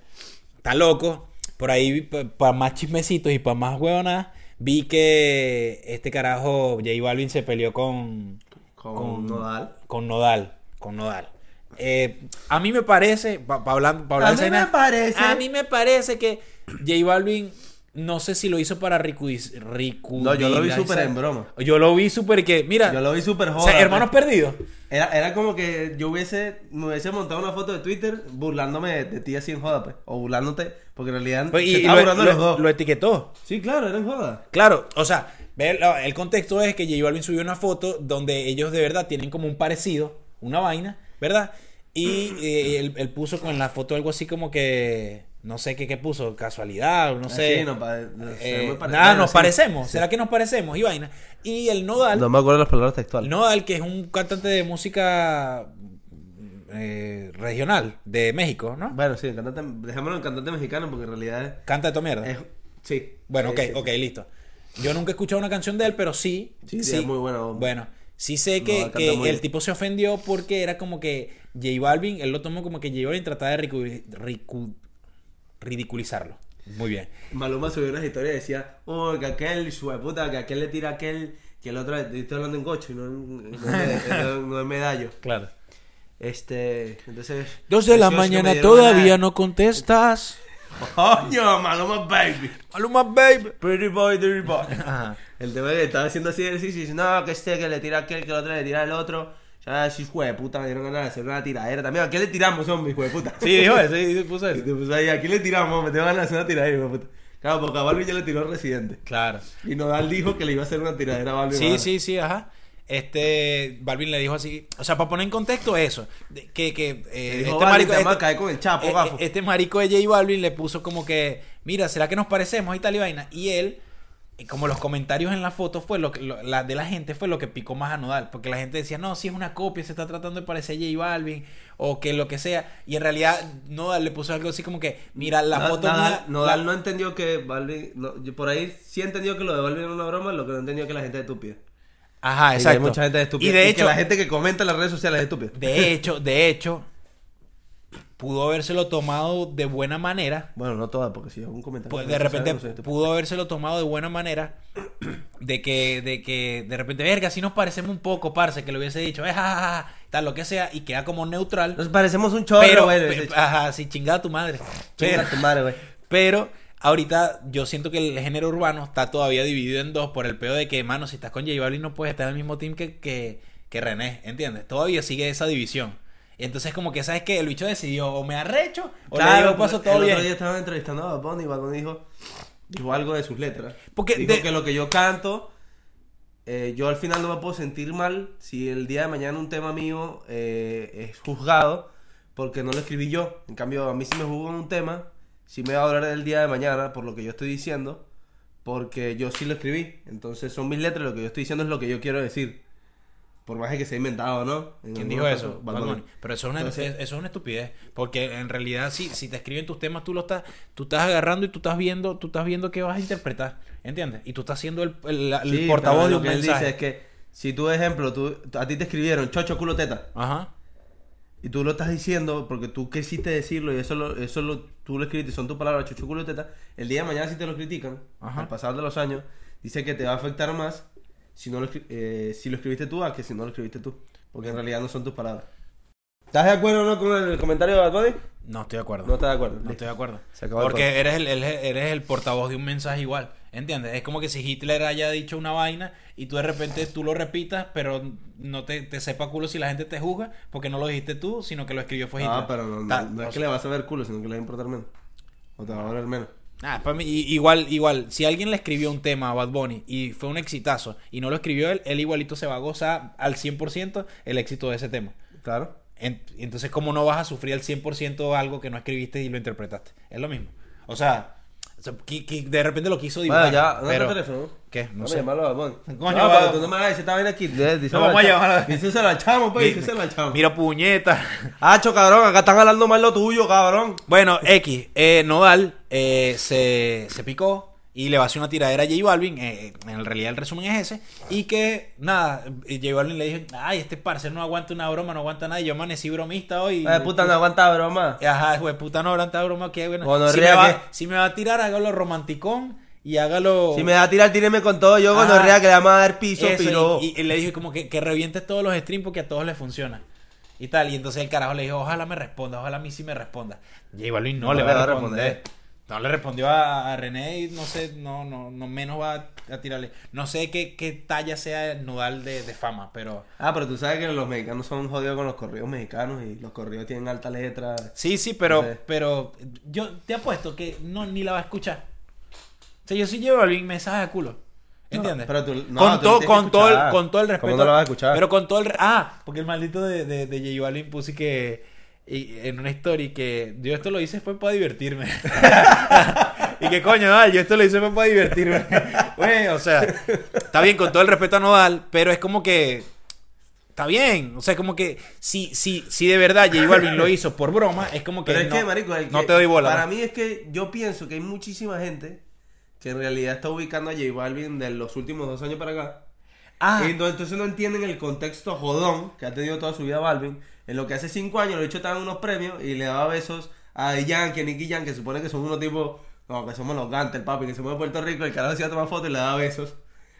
está loco. Por ahí, para más chismecitos y para más huevonas, vi que este carajo, J Balvin, se peleó con. Con Nodal. Con Nodal. Con Nodal. Eh, a mí me parece, pa- pa hablan- pa hablar A de mí escena- me parece- A mí me parece que J Balvin, no sé si lo hizo para ricuiz- ricu No, yo lo vi ridiculizar. súper en broma. Yo lo vi súper que, mira, Yo lo vi súper o joven. sea, hermanos perdidos. Era, era como que yo hubiese, me hubiese montado una foto de Twitter burlándome de, de ti así en joda, pues. O burlándote, porque en realidad Pues, se y y estaba lo, burlando lo- los dos. lo etiquetó. Sí, claro, era en joda. Claro, o sea, ve la- el contexto es que J Balvin subió una foto donde ellos de verdad tienen como un parecido, una vaina, ¿verdad? Y eh, él, él puso con la foto algo así como que, no sé qué, qué puso, casualidad, o no sé. Ah, Sí, no, pa- no sé, Eh, me pare- nada, bueno, nos sí. parecemos. Sí. ¿Será que nos parecemos? Y vaina. Y el Nodal, No me acuerdo las palabras el textuales. Nodal, que es un cantante de música eh, regional de México, ¿no? Bueno, sí, el cantante, dejémoslo en cantante mexicano, porque en realidad Canta de tu es. mierda. es- sí. Bueno, Sí, ok, sí, ok, listo. Yo nunca he escuchado una canción de él, pero sí. Sí, sí, es muy buena voz. Bueno, sí sé No, que, canta que muy bien. el tipo se ofendió porque era como que J Balvin, él lo tomó como que J Balvin trataba de ricu- ricu- ridiculizarlo. Muy bien. Maluma subió unas historias y decía, oh, que aquel, su puta, que aquel le tira a aquel, que el otro, estoy hablando en gocho y no en, no en- no en- no en medallo. Claro. Este, entonces. Dos de la decía, "Sí, me mañana dieron todavía ganas". no contestas. ¡Coño, Maluma Baby! Maluma Baby. Pretty boy, dirty boy. El tema es que estaba haciendo así ejercicio y dice, no, que este que le tira a aquel, que el otro le tira al otro. Ya, sí, hijo de puta, me dieron ganas de hacer una tiradera también. ¿A qué le tiramos, hombre, hijo de puta? Sí, dijo eso, sí, puso Y eso. te puso ahí, ¿a qué le tiramos? Me tengo ganas de hacer una tiradera, hijo de puta. Claro, porque a Balvin ya le tiró al residente. Claro. Y Nodal dijo que le iba a hacer una tiradera a Balvin. Sí, Ahora. sí, sí, ajá. Este, Balvin le dijo así, o sea, para poner en contexto eso, de- que, que eh, Le dijo, este, "Balvin, marico, te vamos a este- caer con el chapo, eh, gafo". eh, este marico de J Balvin le puso como que, mira, ¿será que nos parecemos y tal y vaina? Y él, eh, como los comentarios en la foto fue lo que, lo- la de la gente fue lo que picó más a Nodal, porque la gente decía, no, si es una copia, se está tratando de parecer a J Balvin, o que lo que sea, y en realidad Nodal le puso algo así como que, mira, la No- foto Nadal, mía- Nodal la- no entendió que Balvin. no, yo por ahí sí entendió que lo de Balvin era una broma, lo que no entendió es que la gente es estúpida. Ajá, Y que exacto. Hay mucha gente estúpida. Y de que hecho, la gente que comenta en las redes sociales es estúpida. De hecho, de hecho, pudo habérselo tomado de buena manera. Bueno, no todas, porque si es un comentario. Pues en de redes sociales, repente no soy estúpido. pudo habérselo tomado de buena manera. De que, de que, de repente, verga, si nos parecemos un poco, parce, que lo hubiese dicho, eh, ja, ja, ja", tal, lo que sea, y queda como neutral. Nos parecemos un chorro, Pero, güey. pe- ah, ese ch- ajá, sí, chingada tu madre. chinga Pero- tu madre, güey. pero ahorita yo siento que el género urbano está todavía dividido en dos por el peo de que, mano, si estás con J Balvin no puedes estar en el mismo team que, que, que René, ¿entiendes? Todavía sigue esa división. Y entonces como que, ¿sabes que El bicho decidió o me arrecho o le digo, paso todo el bien. otro día estaban entrevistando a Bad Bunny y Bad Bunny dijo, dijo algo de sus letras. Porque dijo de- que lo que yo canto, eh, yo al final no me puedo sentir mal si el día de mañana un tema mío eh, es juzgado porque no lo escribí yo. En cambio, a mí si me juzgan un tema, si me va a hablar el día de mañana por lo que yo estoy diciendo, porque yo sí lo escribí. Entonces son mis letras, lo que yo estoy diciendo es lo que yo quiero decir. Por más que sea inventado, ¿no? En ¿Quién algunos dijo casos, eso? Bad Bad Bunny. Bunny. Pero eso es, una, Entonces- es- eso es una estupidez. Porque en realidad, si, si te escriben tus temas, tú lo estás, tú estás agarrando y tú estás viendo, tú estás viendo qué vas a interpretar. ¿Entiendes? Y tú estás siendo el, el- el Sí, pero portavoz de lo un que él mensaje. dice es que si tú, ejemplo, tú, a ti te escribieron chocho culo teta Ajá. y tú lo estás diciendo porque tú quisiste decirlo y eso lo, eso lo, tú lo escribiste, son tus palabras chocho culo teta, el día de mañana si te lo critican, Ajá. al pasar de los años, dice que te va a afectar más si, no lo, escri- eh, si lo escribiste tú a que si no lo escribiste tú, porque en realidad no son tus palabras. ¿Estás de acuerdo o no con el comentario de Bad Bunny? No estoy de acuerdo. No estás de acuerdo. No listo. estoy de acuerdo. Se acabó el Porque eres el, el- eres el portavoz de un mensaje igual. ¿Entiendes? Es como que si Hitler haya dicho una vaina y tú de repente tú lo repitas, pero no te, te sepa culo si la gente te juzga, porque no lo dijiste tú, sino que lo escribió fue Hitler. Ah, pero no, no- Ta- no o es que sea, le vas a ver culo, sino que le va a importar menos. O te va a valer menos. ah, para mí, i- igual, igual, si alguien le escribió un tema a Bad Bunny y fue un exitazo y no lo escribió él, él igualito se va a gozar al 100% el éxito de ese tema. Claro. En- entonces, ¿cómo no vas a sufrir al 100% algo que no escribiste y lo interpretaste? Es lo mismo. O sea, o sea, qui- qui- de repente lo quiso dibujar. Bueno, ya, ¿dónde pero- está el teléfono? ¿Qué? No vamos sé. a llamarlo a Babón. Coño, no, Babón. pero tú no me vas a decir esta vaina aquí. De- díselo vamos al a chamo. llamarlo. Díselo al chamo, pues, díselo al chamo. Mira, puñeta. Hacho, cabrón, acá están hablando mal lo tuyo, cabrón. Bueno, X, eh, Nodal eh, se, se picó y le va a hacer una tiradera a J Balvin, eh, en realidad el resumen es ese, y que nada, eh, J Balvin le dijo, ay, este parcer no aguanta una broma, no aguanta nada, y yo amanecí bromista hoy. Ay, puta, no aguanta broma. Ajá, güey, puta, no aguanta broma, que bueno. Gonorrea, si, me ¿qué? va, si me va a tirar, hágalo romanticón y hágalo... Si me da a tirar, tíreme con todo. Yo, Ah, bueno, rea que le vamos a dar piso, Eso, piro. y, y le dijo como que, que reviente todos los streams porque a todos les funciona. Y tal, y entonces el carajo le dijo, ojalá me responda, ojalá a mí sí me responda. J Balvin no, le va, a responder. No le respondió a, a René y no sé, no, no, no menos va a, a tirarle. No sé qué, qué talla sea el nudal de, de fama, pero... Ah, pero tú sabes que los mexicanos son jodidos con los corridos mexicanos y los corridos tienen alta letra. Sí, sí, pero, Sí. pero yo te apuesto que no ni la va a escuchar. O sea, yo sí llevo el mensaje de culo. ¿Entiendes? No, pero tú- no, con, tú todo, lo tienes que con, todo escuchar. el, con todo el ¿Cómo respeto. no lo vas a escuchar? Pero con todo el. re- Ah, porque el maldito de, de, de J Balvin puse que. y- en una story que. Yo esto lo hice fue para divertirme. y que coño, Nodal, yo esto lo hice fue para divertirme. Güey, o sea. Está bien, con todo el respeto a Nodal, pero es como que. Está bien, o sea, es como que si, si, si de verdad J Balvin lo hizo por broma, es como que, Pero es no, que, marico, el no que- te doy bola. Para ¿no? mí es que yo pienso que hay muchísima gente que en realidad está ubicando a J Balvin de los últimos dos años para acá. Ah, Y no- entonces no entienden el contexto jodón que ha tenido toda su vida Balvin. En lo que hace cinco años, lo hecho estaban unos premios y le daba besos a Jan, que Nicky Jan, que supone que son unos tipos, no, que somos los Gantel, papi, que somos de Puerto Rico, el carajo se iba a tomar fotos y le daba besos.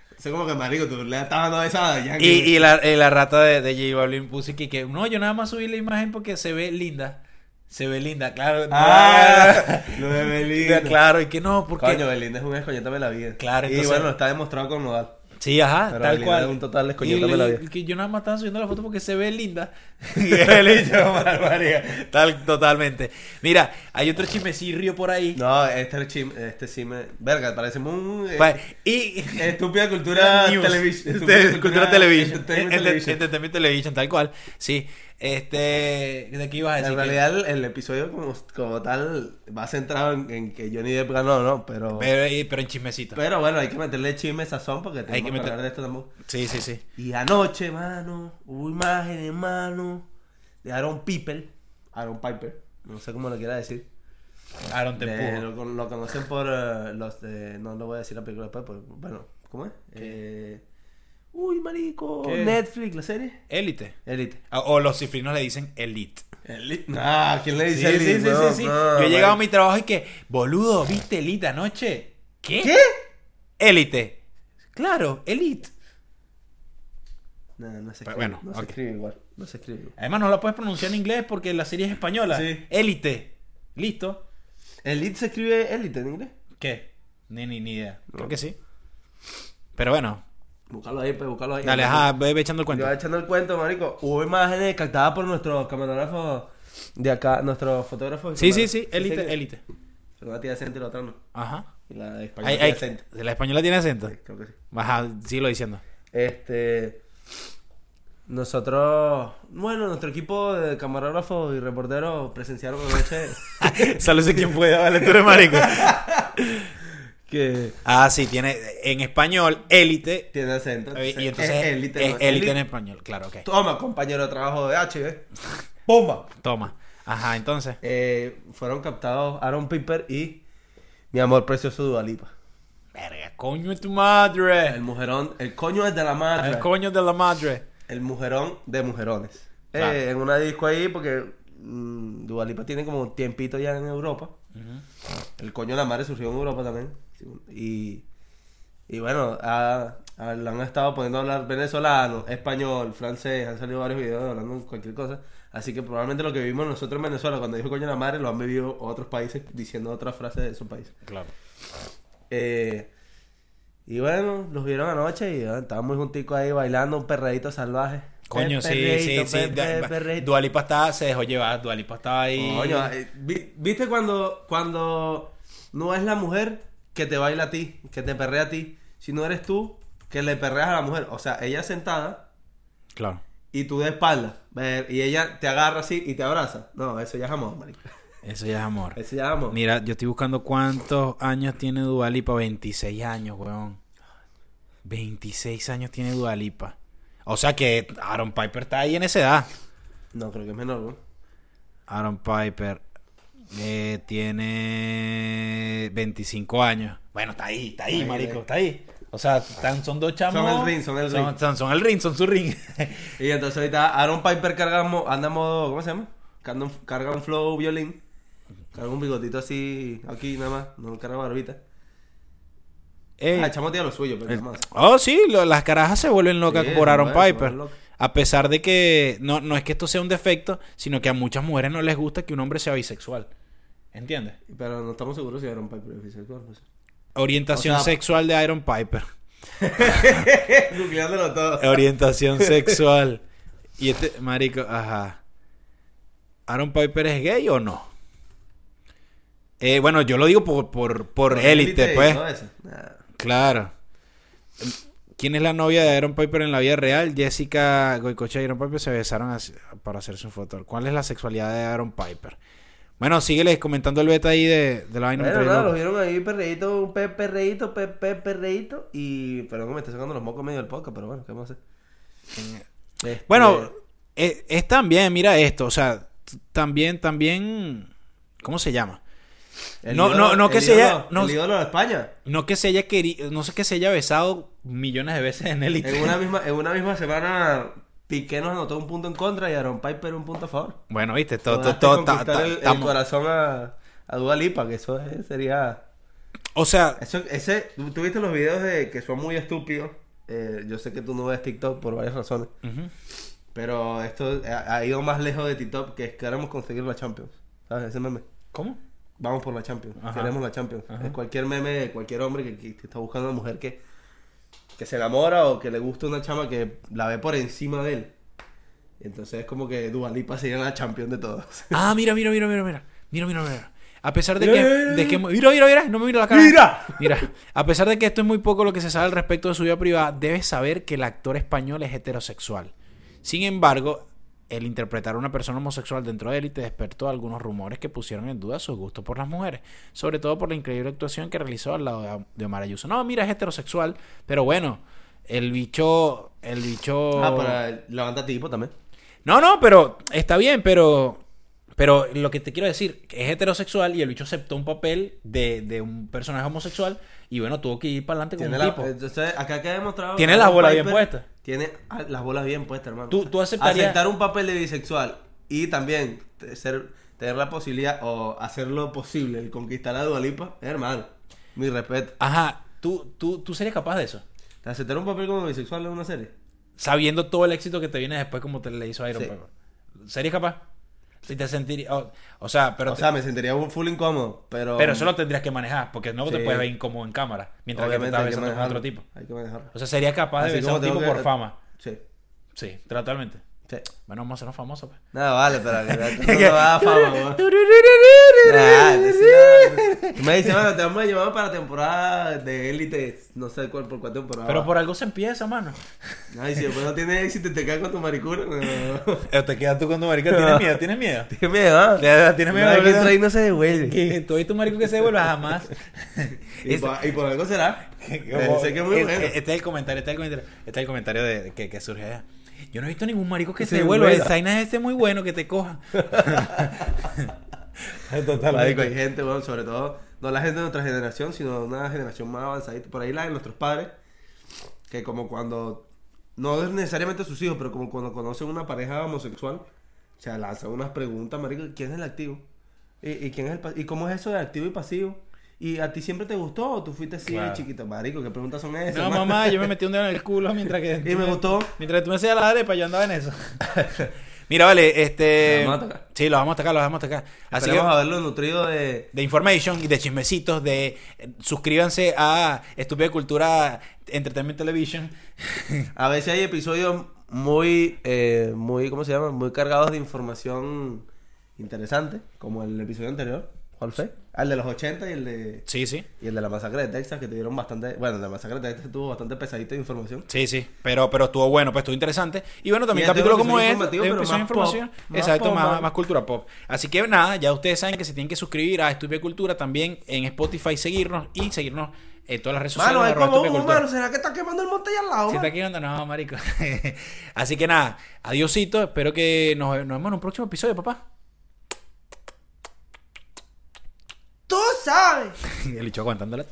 Entonces como que marico, tú le estabas dando besos a Jan. y, y la, y la rata de, de J Balvin puse que, que, no, yo nada más subí la imagen porque se ve linda. Se ve linda, claro. Ah, lo de Belinda. Claro, y que no, porque. Coño, Belinda es un escoñétame la vida. Claro, Y entonces- bueno, está demostrado con Nodal. Sí, ajá, Pero tal Belinda cual. es un total y, descoñétame la le- vida. que yo nada más estaba subiendo la foto porque se ve linda. y él hizo barbaridad. Tal, totalmente. Mira, hay otro chismecirrio por ahí. No, este, chim- este sí me... Verga, parece muy... eh, Pa- Y. Estúpida cultura Pues, News. televisión. Este, cultura este, televisión. Entertainment Ente- television. Entertainment television, tal cual. Sí. Este. ¿De qué ibas a decir? En realidad el, el episodio como, como tal va centrado en, en que Johnny Depp ganó, ¿no? Pero, pero, Pero, eh, pero en chismecito. bueno, hay que meterle chisme sazón porque tenemos Hay que que meter- hablar de esto también. Sí, sí, sí. Y anoche, mano, hubo imágenes, mano, de Aaron Piper. Aaron Piper, no sé cómo lo quiera decir. Aaron te De- empujo. lo, con- lo conocen por eh, los de- No lo voy a decir la película después, pues, bueno, ¿cómo es? Eh, uy, marico, ¿Qué? Netflix, la serie. Élite. Elite. Ah, O los cifrinos le dicen elite. Elite. Nah, ¿quién le Sí, dice sí, sí, elite? sí, No, sí. no, Yo he llegado a marico. mi trabajo y que, boludo, ¿viste elite anoche? ¿Qué? ¿Qué? Élite. Claro, elite. No, no se escribe. Pero Pues bueno, no se ok. escribe igual. No se escribe igual. Además, no la puedes pronunciar en inglés porque la serie es española. Sí. Élite. Listo. Elite se escribe élite en inglés. ¿Qué? Ni, ni, ni idea. Creo que sí. Pero bueno, Búscalo ahí, pues, búscalo ahí. dale, ajá, ve, ve echando el Yo cuento. echando el cuento, marico. Hubo imágenes captadas por nuestros camarógrafos de acá, nuestros fotógrafos. Sí, sí, sí, élite, que- élite. Una tía decente y la otra no. Ajá. Y la de español Ay, tía ay, decente. la española tiene acento. Creo que sí. Ajá, síguelo diciendo. Este. Nosotros, bueno, nuestro equipo de camarógrafos y reporteros presenciaron anoche Sálvese quien pueda, vale, tú eres marico. que Ah, sí, tiene en español élite. tiene acento. eh, Y entonces es élite, es ¿no? élite en español, claro, ok. Toma, compañero de trabajo de H, ¿eh? ¡Bomba! Toma. Ajá, entonces. Eh, fueron captados Aaron Piper y mi amor precioso Dualipa. Verga, coño de tu madre. El mujerón, el coño es de la madre. El El, coño de la madre. mujerón de mujerones. Eh, Claro. en una disco ahí, porque Dualipa tiene como un tiempito ya en Europa. El coño de la madre surgió en Europa también. Y, y bueno, a- a- lo han estado poniendo a hablar venezolano, español, francés. Han salido varios videos hablando de cualquier cosa. Así que probablemente lo que vivimos nosotros en Venezuela cuando dijo coño de la madre lo han vivido otros países diciendo otras frases de esos países. Claro. Eh, y bueno, los vieron anoche y ah, estaban muy junticos ahí bailando un perreíto salvaje. Coño, Pe- sí, sí, perreíto, sí. pe- pe- Da- perreíto. Dualipa estaba, se dejó llevar. Dualipa estaba ahí. Coño, eh, vi- ¿viste cuando, cuando no es la mujer que te baila a ti, que te perrea a ti, sino eres tú que le perreas a la mujer? O sea, ella sentada Claro. y tú de espalda. ver, Y ella te agarra así y te abraza. No, eso ya es amor, marico. Eso ya es amor. Eso ya es amor. Mira, yo estoy buscando cuántos años tiene Dualipa. 26 años, weón. 26 años tiene Dualipa. O sea que Aaron Piper está ahí en esa edad. No, creo que es menor, ¿no? Aaron Piper. Eh, tiene 25 años. Bueno, está ahí, está ahí, Ahí, marico, ahí. está ahí. O sea, están- son dos chamos. Son el ring, son el ring. Ah, Son, son el ring, son su ring. Y entonces ahorita Aaron Piper cargamos, anda modo, ¿cómo se llama? Carga un, carga un flow violín. Carga un bigotito así, aquí nada más. No carga barbita. Eh, Ah, el chamo tiene lo suyo, pero nada más. Oh, sí, lo- las carajas se vuelven locas Sí, por se Aaron vuelven- se Piper. vuelven locas. A pesar de que no, no es que esto sea un defecto, sino que a muchas mujeres no les gusta que un hombre sea bisexual. ¿Entiendes? Pero no estamos seguros si Aaron Piper es bisexual. No sé. Orientación O sea- sexual de Aaron Piper. Googleándolo todo. Orientación sexual. Y este, marico, ajá. ¿Aaron Piper es gay o no? Eh, bueno, yo lo digo por, por, por élite, y pues. todo eso. Nah. Claro. ¿Quién es la novia de Aaron Piper en la vida real? Jessica Goicoche y Aaron Piper se besaron así- para hacer su foto. ¿Cuál es la sexualidad de Aaron Piper? Bueno, sígueles comentando el beta ahí de, de la vaina. me Bueno, trae nada, loco. los vieron ahí perreíto, un pe perreíto, pe pe perreíto. Y perdón que me está sacando los mocos en medio del podcast, pero bueno, ¿qué vamos a hacer? Este, Bueno, eh, es, también, mira esto, o sea, t- también, también, ¿cómo se llama? Este, el no, no, no, que el sea- ídolo- no- El ídolo de España. No que se haya querido, no sé que se haya besado millones de veces en élite. En una misma, en una misma semana, Piqué nos anotó un punto en contra y Aaron Piper un punto a favor. Bueno, viste, todo, todo, Lograste todo, ta- conquistar ta- el, el tamo- corazón a, a Dua Lipa, que eso es- sería... o sea, Eso, ese, tú tú viste los videos de que son muy estúpidos. Eh, yo sé que tú no ves TikTok por varias razones. ujú. Pero esto ha, ha ido más lejos de TikTok que es que queremos conseguir la Champions. ¿Sabes? Ese meme. ¿cómo? Vamos por la Champions. Ajá. Queremos la Champions. Es cualquier meme de cualquier hombre que, que está buscando una mujer que, que se enamora o que le gusta una chama que la ve por encima de él. Entonces es como que Dualipa sería la champion de todos. Ah, mira, mira, mira, mira, mira. Mira, mira, mira. A pesar de que, Mira, mira, de que- Mira, mira, mira. No me mira la cara. Mira. Mira. A pesar de que esto es muy poco lo que se sabe al respecto de su vida privada, debes saber que el actor español es heterosexual. Sin embargo, el interpretar a una persona homosexual dentro de élite despertó algunos rumores que pusieron en duda su gusto por las mujeres, sobre todo por la increíble actuación que realizó al lado de- de Omar Ayuso. No, mira, es heterosexual, pero bueno, el bicho, el bicho... Ah, para levanta tipo también. No, no, pero está bien, pero. Pero lo que te quiero decir, que es heterosexual y el bicho aceptó un papel de, de un personaje homosexual y bueno, tuvo que ir para adelante con Tiene un la, eh, tipo. entonces, acá queda demostrado. Tiene que las Aaron bolas bien Piper puestas. Tiene ah, las bolas bien puestas, hermano. Tú- tú aceptarías- Aceptar un papel de bisexual y también te- ser, tener la posibilidad o hacer lo posible, el conquistar a Dualipa, hermano. Mi respeto. Ajá, ¿tú, tú, tú serías capaz de eso. Aceptar un papel como bisexual en una serie. Sabiendo todo el éxito que te viene después, como te le hizo a Iron Sí. Man. ¿Serías capaz? Si te sentirías. O, o sea, pero, o te- sea, me sentiría un full incómodo, pero. pero eso lo tendrías que manejar porque no te Sí. puedes ver incómodo en cámara mientras que te obviamente estás hay que besando con manejarlo. otro tipo. Hay que manejarlo. O sea, serías capaz Así de besar a como un tengo tipo que- por fama. Sí, Sí, totalmente. sí. Bueno, vamos a hacernos famosos, pues. Nada, vale, pero que no me da fama, weón. Nah, decir nada. Tú me dices, bueno, te vamos a llevar para temporada de élite, no sé cuál por cuál temporada. Pero por algo se empieza, mano. Ay, si después no tienes éxito, te quedas con tu maricura. No, no. Te quedas tú con tu marica. Tienes miedo, tienes miedo. Tienes miedo, ¿ah? Tienes Una vez que miedo. entra ahí ¿verdad? no se devuelve. Que tú y tu marico que se vuelva jamás. Y, Es- por, y por algo será. como- Sé que es muy es- bueno. Este es el comentario, este es el comentario, este es el comentario de, que, que surge allá. Yo no he visto ningún marico Que que se se devuelva. El devuelva. Zaina es ese muy bueno que te coja. Marico, hay gente, bueno, sobre todo, no la gente de nuestra generación, sino una generación más avanzadita. Por ahí la de nuestros padres, que como cuando, no es necesariamente sus hijos, pero como cuando conocen una pareja homosexual, se lanzan unas preguntas, marico, ¿quién es el activo? ¿Y, y quién es el pa- ¿Y cómo es eso de activo y pasivo? ¿Y a ti siempre te gustó o tú fuiste así de Claro. chiquito? Marico, ¿qué preguntas son esas? No, mano? mamá, yo me metí un dedo en el culo mientras que. Y me gustó. Mientras tú me hacías la arepa, yo andaba en eso. Mira, vale, este. Lo vamos a tocar. Sí, lo vamos a tocar, lo vamos a tocar. Así que. Esperemos haberlo nutrido de... de information y de chismecitos de eh, suscríbanse a Estúpida Cultura Entertainment Television A veces hay episodios muy, eh, muy, ¿cómo se llama? Muy cargados de información interesante, como el episodio anterior. ¿Cuál fue? Ah, El de los 80 y el de, sí sí y el de la masacre de Texas, que tuvieron bastante, bueno, la masacre de Texas tuvo bastante pesadito de información. sí sí pero pero estuvo bueno pues estuvo interesante y bueno también Y este es un capítulo como episodio es informativo, de pero episodio de más información pop, más exacto pop, más, más- más cultura pop así que nada ya ustedes saben que se tienen que suscribir a Estúpida Cultura también en Spotify seguirnos y seguirnos en todas las redes sociales Mano, es arroba como Estúpida un Cultura. humano, ¿será que está quemando el monte allá al lado? Si mano? está aquí onda, no, marico. Así que nada, adiosito. Espero que nos, nos vemos en un próximo episodio, papá. sabes. El bicho aguantándola.